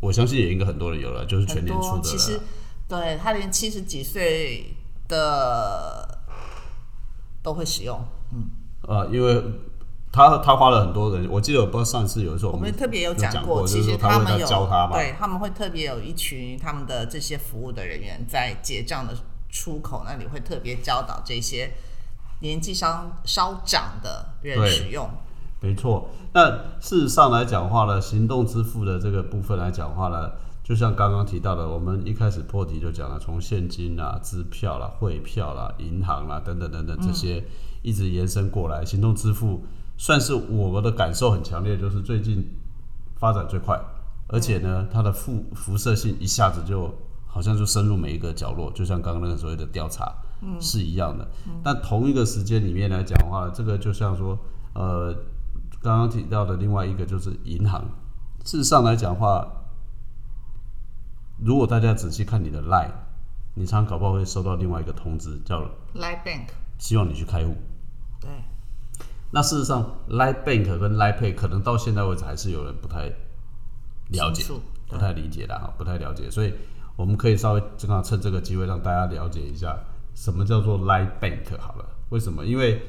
Speaker 2: 我相信也应该很多人有了，就是全
Speaker 1: 很
Speaker 2: 年出的
Speaker 1: 多
Speaker 2: 了。
Speaker 1: 其实，对他连七十几岁的都会使用。
Speaker 2: 呃，因为他他花了很多人，我记得我不知道上次有一次我
Speaker 1: 我
Speaker 2: 们
Speaker 1: 们特别有
Speaker 2: 讲
Speaker 1: 过，
Speaker 2: 就
Speaker 1: 其
Speaker 2: 是
Speaker 1: 实
Speaker 2: 说他
Speaker 1: 们
Speaker 2: 会来
Speaker 1: 有
Speaker 2: 教他嘛，
Speaker 1: 对他们会特别有一群他们的这些服务的人员在结账的出口那里会特别教导这些年纪稍稍长的人
Speaker 2: 对
Speaker 1: 使用。
Speaker 2: 没错。那事实上来讲的话呢，行动支付的这个部分来讲的话呢，就像刚刚提到的，我们一开始破题就讲了，从现金啊、支票啦、汇票啦、银行啦等等等等这些，一直延伸过来，行动支付算是我们的感受很强烈，就是最近发展最快，而且呢，它的辐辐射性一下子就好像就深入每一个角落，就像刚刚那个所谓的调查、是一样的。但同一个时间里面来讲的话，这个就像说，呃，刚刚提到的另外一个就是银行，事实上来讲的话，如果大家仔细看你的 line，你常常搞不好会收到另外一个通知，叫
Speaker 1: Line Bank，
Speaker 2: 希望你去开户。
Speaker 1: 对，
Speaker 2: 那事实上，Line Bank 跟 Line Pay 可能到现在为止还是有人不太了解
Speaker 1: 清楚、
Speaker 2: 不太理解的哈，不太了解，所以我们可以稍微正好趁这个机会让大家了解一下什么叫做 Line Bank 好了。为什么？因为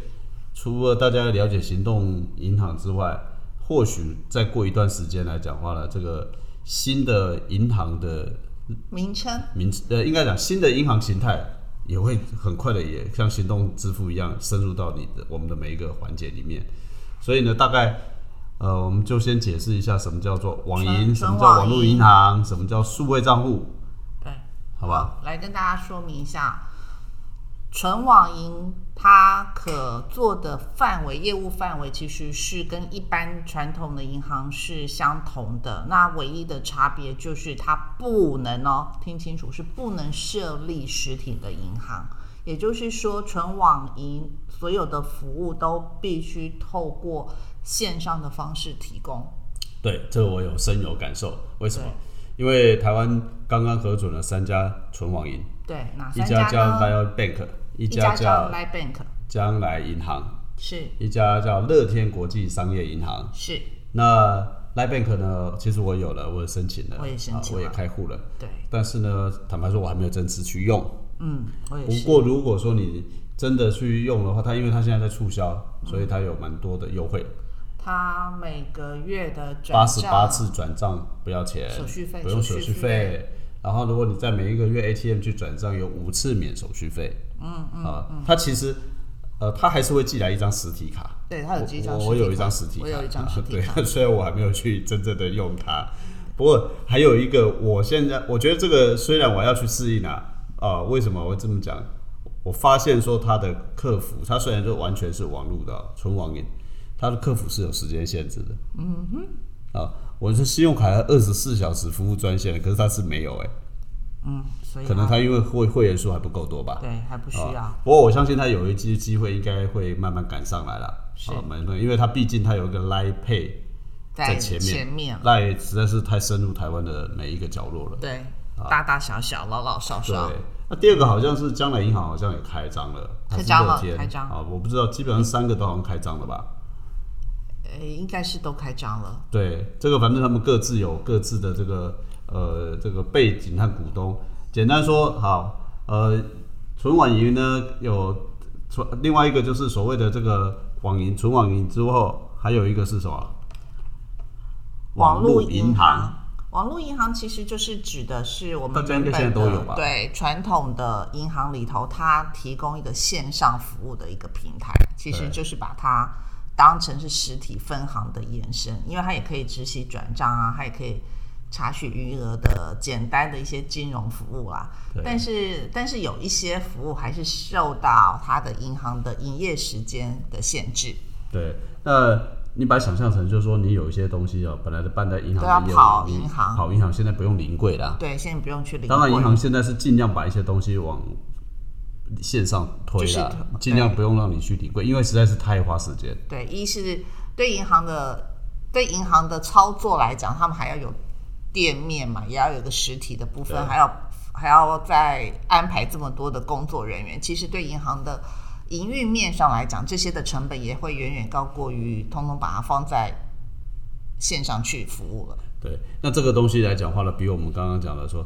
Speaker 2: 除了大家了解行动银行之外，或许再过一段时间来讲的话呢，这个新的银行的
Speaker 1: 名称
Speaker 2: 名呃，应该讲新的银行形态也会很快的也像行动支付一样深入到你的我们的每一个环节里面。所以呢，大概呃，我们就先解释一下什么叫做网银，
Speaker 1: 纯
Speaker 2: 什么
Speaker 1: 纯
Speaker 2: 叫
Speaker 1: 网
Speaker 2: 网络
Speaker 1: 银
Speaker 2: 银行，什么叫数位账户，
Speaker 1: 对，
Speaker 2: 好不好？
Speaker 1: 来跟大家说明一下，纯网银它可做的范围、业务范围其实是跟一般传统的银行是相同的，那唯一的差别就是它不能哦，听清楚是不能设立实体的银行。也就是说，纯网银所有的服务都必须透过线上的方式提供。
Speaker 2: 对，这个我有深有感受。为什么
Speaker 1: 对？
Speaker 2: 因为台湾刚刚核准了三家存网银，
Speaker 1: 对，哪
Speaker 2: 一
Speaker 1: 啊三
Speaker 2: 家叫
Speaker 1: 呢？
Speaker 2: Lion Bank，一
Speaker 1: 一家
Speaker 2: 家
Speaker 1: 叫
Speaker 2: 叫
Speaker 1: Line Bank，
Speaker 2: 将来银行，
Speaker 1: 是
Speaker 2: 一家叫乐天国际商业银行。
Speaker 1: 是，
Speaker 2: 那 l i b a n k 呢？其实我有了，我也申请了，
Speaker 1: 我也申请
Speaker 2: 啊，我也
Speaker 1: 了
Speaker 2: 开户了。
Speaker 1: 对，
Speaker 2: 但是呢，坦白说，我还没有正式去用。
Speaker 1: 嗯，我也
Speaker 2: 不
Speaker 1: 是。
Speaker 2: 过如果说你真的去用的话，它因为它现在在促销，所以它有蛮多的优惠，
Speaker 1: 他每个月的
Speaker 2: 八
Speaker 1: 转
Speaker 2: 十
Speaker 1: 账
Speaker 2: 八次转账不要钱，
Speaker 1: 手续费
Speaker 2: 不用手
Speaker 1: 手
Speaker 2: 续
Speaker 1: 续
Speaker 2: 费。然后如果你在每一个月 ATM 去转账，有五次免手续费。嗯嗯啊，它其实呃，它还是会寄来一张实体卡。
Speaker 1: 对他有几张
Speaker 2: 我
Speaker 1: 实体
Speaker 2: 我
Speaker 1: 卡，
Speaker 2: 我有一张实体卡，
Speaker 1: 我有一 张实体卡，
Speaker 2: 对，虽然我还没有去真正的用它，不过还有一个，我现在我觉得这个虽然我要去适应啊，啊、为什么我会这么讲？我发现说它的客服，它虽然就完全是网络的哦纯网银，它的客服是有时间限制的。嗯哼，啊、我是信用卡二十四小时服务专线，可是它是没有哎、
Speaker 1: 嗯，所以
Speaker 2: 可能它因为会会员数还不够多吧。
Speaker 1: 对还不需
Speaker 2: 啊
Speaker 1: 要，
Speaker 2: 不过我相信他有一机机会，应该会慢慢赶上来了。
Speaker 1: 是
Speaker 2: 啊，蛮多，因为他毕竟他有一个 Line Pay 在
Speaker 1: 前
Speaker 2: 前面
Speaker 1: 面
Speaker 2: ，Line 实在是太深入台湾的每一个角落了。
Speaker 1: 对，大大小小、老老少
Speaker 2: 啊对
Speaker 1: 少，，
Speaker 2: 那第二个好像是将来银行好像也开张了，还是
Speaker 1: 开张了
Speaker 2: 乐天
Speaker 1: 开张
Speaker 2: 啊，我不知道，基本上三个都好像开张了吧？
Speaker 1: 呃，应该是都开张了。
Speaker 2: 对，这个反正他们各自有各自的这个呃这个背景和股东。简单说，好，呃，纯网银呢有纯另外一个就是所谓的这个网银，纯网银之后还有一个是什么？
Speaker 1: 网络
Speaker 2: 络银
Speaker 1: 行，网络银行其实就是指的是我们
Speaker 2: 大家应该
Speaker 1: 原本
Speaker 2: 现在都
Speaker 1: 的
Speaker 2: 有吧
Speaker 1: 对传统的银行里头，它提供一个线上服务的一个平台，其实
Speaker 2: 对
Speaker 1: 就是把它当成是实体分行的延伸，因为它也可以直息转账啊，它也可以查询余额的简单的一些金融服务啦、
Speaker 2: 对
Speaker 1: 但是但是有一些服务还是受到它的银行的营业时间的限制，
Speaker 2: 对，那你把它想象成就是说，你有一些东西哦，本来是办在银行
Speaker 1: 都要
Speaker 2: 的业务，
Speaker 1: 啊跑
Speaker 2: 你
Speaker 1: 银行
Speaker 2: 跑银行现在不用临柜啦。
Speaker 1: 对，现在不用去领。
Speaker 2: 当然，银行现在是尽量把一些东西往线上推
Speaker 1: 就是
Speaker 2: 啦
Speaker 1: 推，
Speaker 2: 尽量不用让你去临柜，因为实在是太花时间。
Speaker 1: 对，一是对银行的对银行的操作来讲，他们还要有店面嘛，也要有个实体的部分，
Speaker 2: 对
Speaker 1: 还要还要再安排这么多的工作人员。其实对银行的营运面上来讲，这些的成本也会远远高过于通通把它放在线上去服务了。
Speaker 2: 对，那这个东西来讲话呢，比我们刚刚讲的说，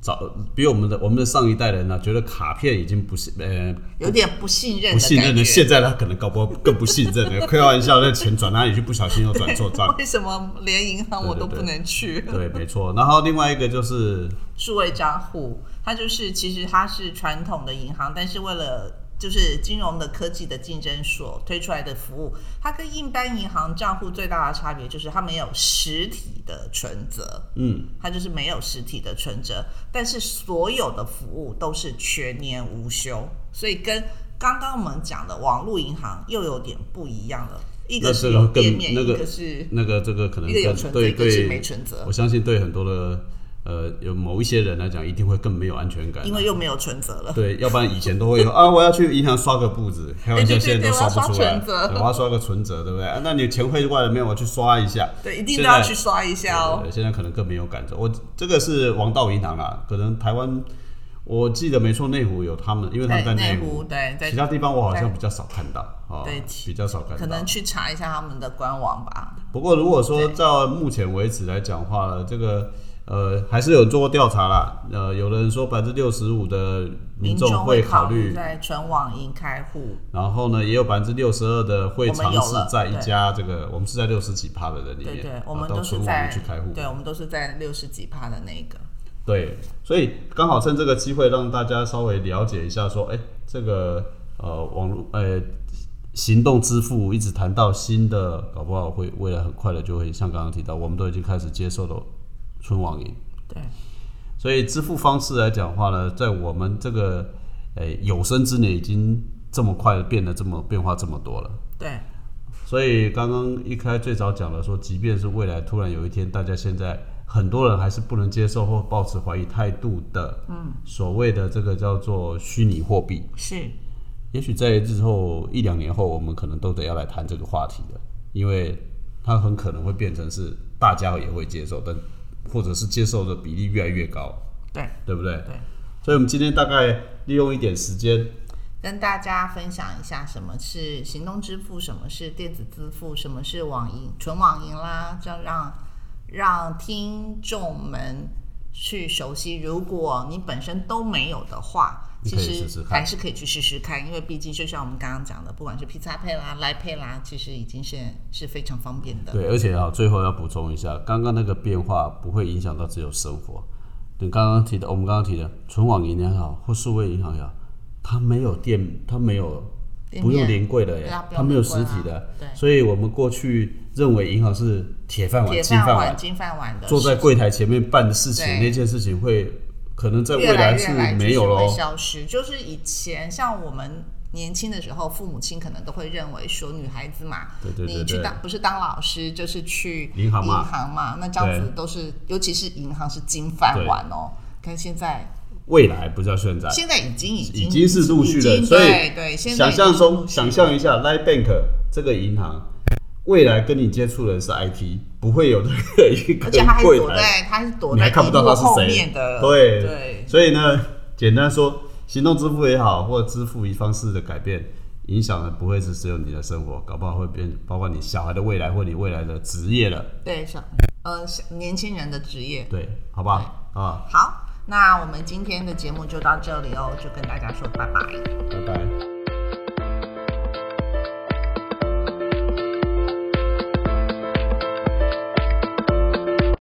Speaker 2: 早比我们的我们的上一代人呢、觉得卡片已经不是呃
Speaker 1: 有点不信任
Speaker 2: 不
Speaker 1: 的
Speaker 2: 信任
Speaker 1: 感
Speaker 2: 了，
Speaker 1: 觉。。
Speaker 2: 现在他可能搞不好更不信任 了。开玩笑，那钱转哪里去？不小心又转错账
Speaker 1: 为什么连银行我都
Speaker 2: 对对
Speaker 1: 不
Speaker 2: 对
Speaker 1: 能去？
Speaker 2: 对，没错。然后另外一个就是
Speaker 1: 数位账户，它就是其实它是传统的银行，但是为了就是金融的科技的竞争所推出来的服务，它跟一般银行账户最大的差别就是它没有实体的存折，
Speaker 2: 嗯，
Speaker 1: 它就是没有实体的存折，但是所有的服务都是全年无休，所以跟刚刚我们讲的网络银行又有点不一样了，一个
Speaker 2: 那
Speaker 1: 是
Speaker 2: 这个
Speaker 1: 有
Speaker 2: 更
Speaker 1: 店面，
Speaker 2: 那个
Speaker 1: 一个是
Speaker 2: 那个这个可能
Speaker 1: 一个有
Speaker 2: 更
Speaker 1: 存折
Speaker 2: 对
Speaker 1: 一个是
Speaker 2: 对
Speaker 1: 没存折
Speaker 2: 我相信对很多的呃有某一些人来讲，一定会更没有安全感啊、
Speaker 1: 因为又没有存折 了。
Speaker 2: 对，要不然以前都会有啊，我要去银行刷个 步子，开玩笑，
Speaker 1: 对对对
Speaker 2: 现在
Speaker 1: 对
Speaker 2: 都
Speaker 1: 我要
Speaker 2: 刷
Speaker 1: 刷
Speaker 2: 不出来，
Speaker 1: 存折
Speaker 2: 对我要刷个存折，对不对？啊那你钱汇过来了没有？我去刷一下。
Speaker 1: 对，一定都
Speaker 2: 现在
Speaker 1: 要去刷一下哦。
Speaker 2: 对，现在可能更没有感觉。我这个是王道银行啦，可能台湾我记得没错，内湖有他们，因为他们在
Speaker 1: 对内
Speaker 2: 湖，
Speaker 1: 对，在
Speaker 2: 其他地方我好像比较少看到啊，
Speaker 1: 对
Speaker 2: 比较少看
Speaker 1: 可
Speaker 2: 到
Speaker 1: 能。去查一下他们的官网吧。
Speaker 2: 不过如果说照目前为止来讲话呢，这个呃还是有人做过调查啦，呃，有的人说百分之六十五的民众
Speaker 1: 会
Speaker 2: 会考
Speaker 1: 虑
Speaker 2: 虑。
Speaker 1: 在纯网银开户，
Speaker 2: 然后呢，也有百分之六十二的会尝
Speaker 1: 我们有
Speaker 2: 试
Speaker 1: 了
Speaker 2: 在一家这个我们是在六十几趴的人里面，
Speaker 1: 对对，我
Speaker 2: 啊
Speaker 1: 们
Speaker 2: 到
Speaker 1: 都
Speaker 2: 存
Speaker 1: 是
Speaker 2: 网
Speaker 1: 在
Speaker 2: 民去开户，
Speaker 1: 对，我们都是在六十几趴的那个。
Speaker 2: 对，所以刚好趁这个机会让大家稍微了解一下，说，哎，这个呃网络呃行动支付一直谈到新的，搞不好会未来很快的就会像刚刚提到，我们都已经开始接受了纯网银，
Speaker 1: 对，
Speaker 2: 所以支付方式来讲的话呢，在我们这个呃有生之年已经这么快变得这么变化这么多了。
Speaker 1: 对，
Speaker 2: 所以刚刚一开最早讲了说，即便是未来突然有一天，大家现在很多人还是不能接受或抱持怀疑态度的，嗯，所谓的这个叫做虚拟货币，
Speaker 1: 是，
Speaker 2: 也许在日后一两年后，我们可能都得要来谈这个话题了，因为它很可能会变成是大家也会接受，但或者是接受的比例越来越高，
Speaker 1: 对，
Speaker 2: 对不对？
Speaker 1: 对。
Speaker 2: 所以我们今天大概利用一点时间，
Speaker 1: 跟大家分享一下什么是行动支付，什么是电子支付，什么是网银、纯网银啦，这样让让听众们去熟悉。如果你本身都没有的话，
Speaker 2: 你
Speaker 1: 其
Speaker 2: 可以试试
Speaker 1: 实
Speaker 2: 看
Speaker 1: 还是可以去试试看，因为毕竟就像我们刚刚讲的，不管是 Pizza Pay 啦、来 Pay 啦，其实已经是是非常方便的。
Speaker 2: 对，而且啊，最后要补充一下，刚刚那个变化不会影响到只有生活。你刚刚提的，我们刚刚提的，存网银也好，或数位银行也好，它没有店，它没有
Speaker 1: 店面
Speaker 2: 不用临柜的耶
Speaker 1: 对啊，不用
Speaker 2: 它没有
Speaker 1: 临柜
Speaker 2: 实
Speaker 1: 啊
Speaker 2: 体的，
Speaker 1: 对
Speaker 2: 所以我们过去认为银行是铁饭碗、
Speaker 1: 铁
Speaker 2: 金饭碗
Speaker 1: 碗、，金饭碗的
Speaker 2: 坐在柜台前面办的事情，
Speaker 1: 对
Speaker 2: 那件事情会可能在未
Speaker 1: 越来
Speaker 2: 是
Speaker 1: 越来
Speaker 2: 没有
Speaker 1: 就是
Speaker 2: 喽
Speaker 1: 会。消失。就是以前像我们年轻的时候，父母亲可能都会认为说，女孩子嘛，
Speaker 2: 对对对
Speaker 1: 你去
Speaker 2: 对
Speaker 1: 当不是当老师就是去
Speaker 2: 银行嘛
Speaker 1: 嘛那这样子都是，尤其是银行是金饭碗哦。看现在，
Speaker 2: 未来不叫现在，
Speaker 1: 现在已经已经
Speaker 2: 呃已经是陆续
Speaker 1: 已
Speaker 2: 的，
Speaker 1: 经
Speaker 2: 所
Speaker 1: 对
Speaker 2: 以
Speaker 1: 对，现在
Speaker 2: 想
Speaker 1: 已经
Speaker 2: 象
Speaker 1: 陆
Speaker 2: 中
Speaker 1: 续
Speaker 2: 想象一下，Line Bank 这个银行未来跟你接触的是 IT，不会有这个一个
Speaker 1: 而且他还
Speaker 2: 柜
Speaker 1: 躲
Speaker 2: 台，
Speaker 1: 在他是躲
Speaker 2: 哎你
Speaker 1: 在
Speaker 2: 还看不到他
Speaker 1: 荧幕后
Speaker 2: 是谁
Speaker 1: 面的，。
Speaker 2: 对
Speaker 1: 对，
Speaker 2: 所以呢，简单说，行动支付也好，或支付方式的改变，影响的不会是只有你的生活，搞不好会变，包括你小孩的未来或你未来的职业了，
Speaker 1: 对，像呃像年轻人的职业，
Speaker 2: 对，好不好？啊，
Speaker 1: 好，那我们今天的节目就到这里哦，就跟大家说拜拜。
Speaker 2: 拜拜。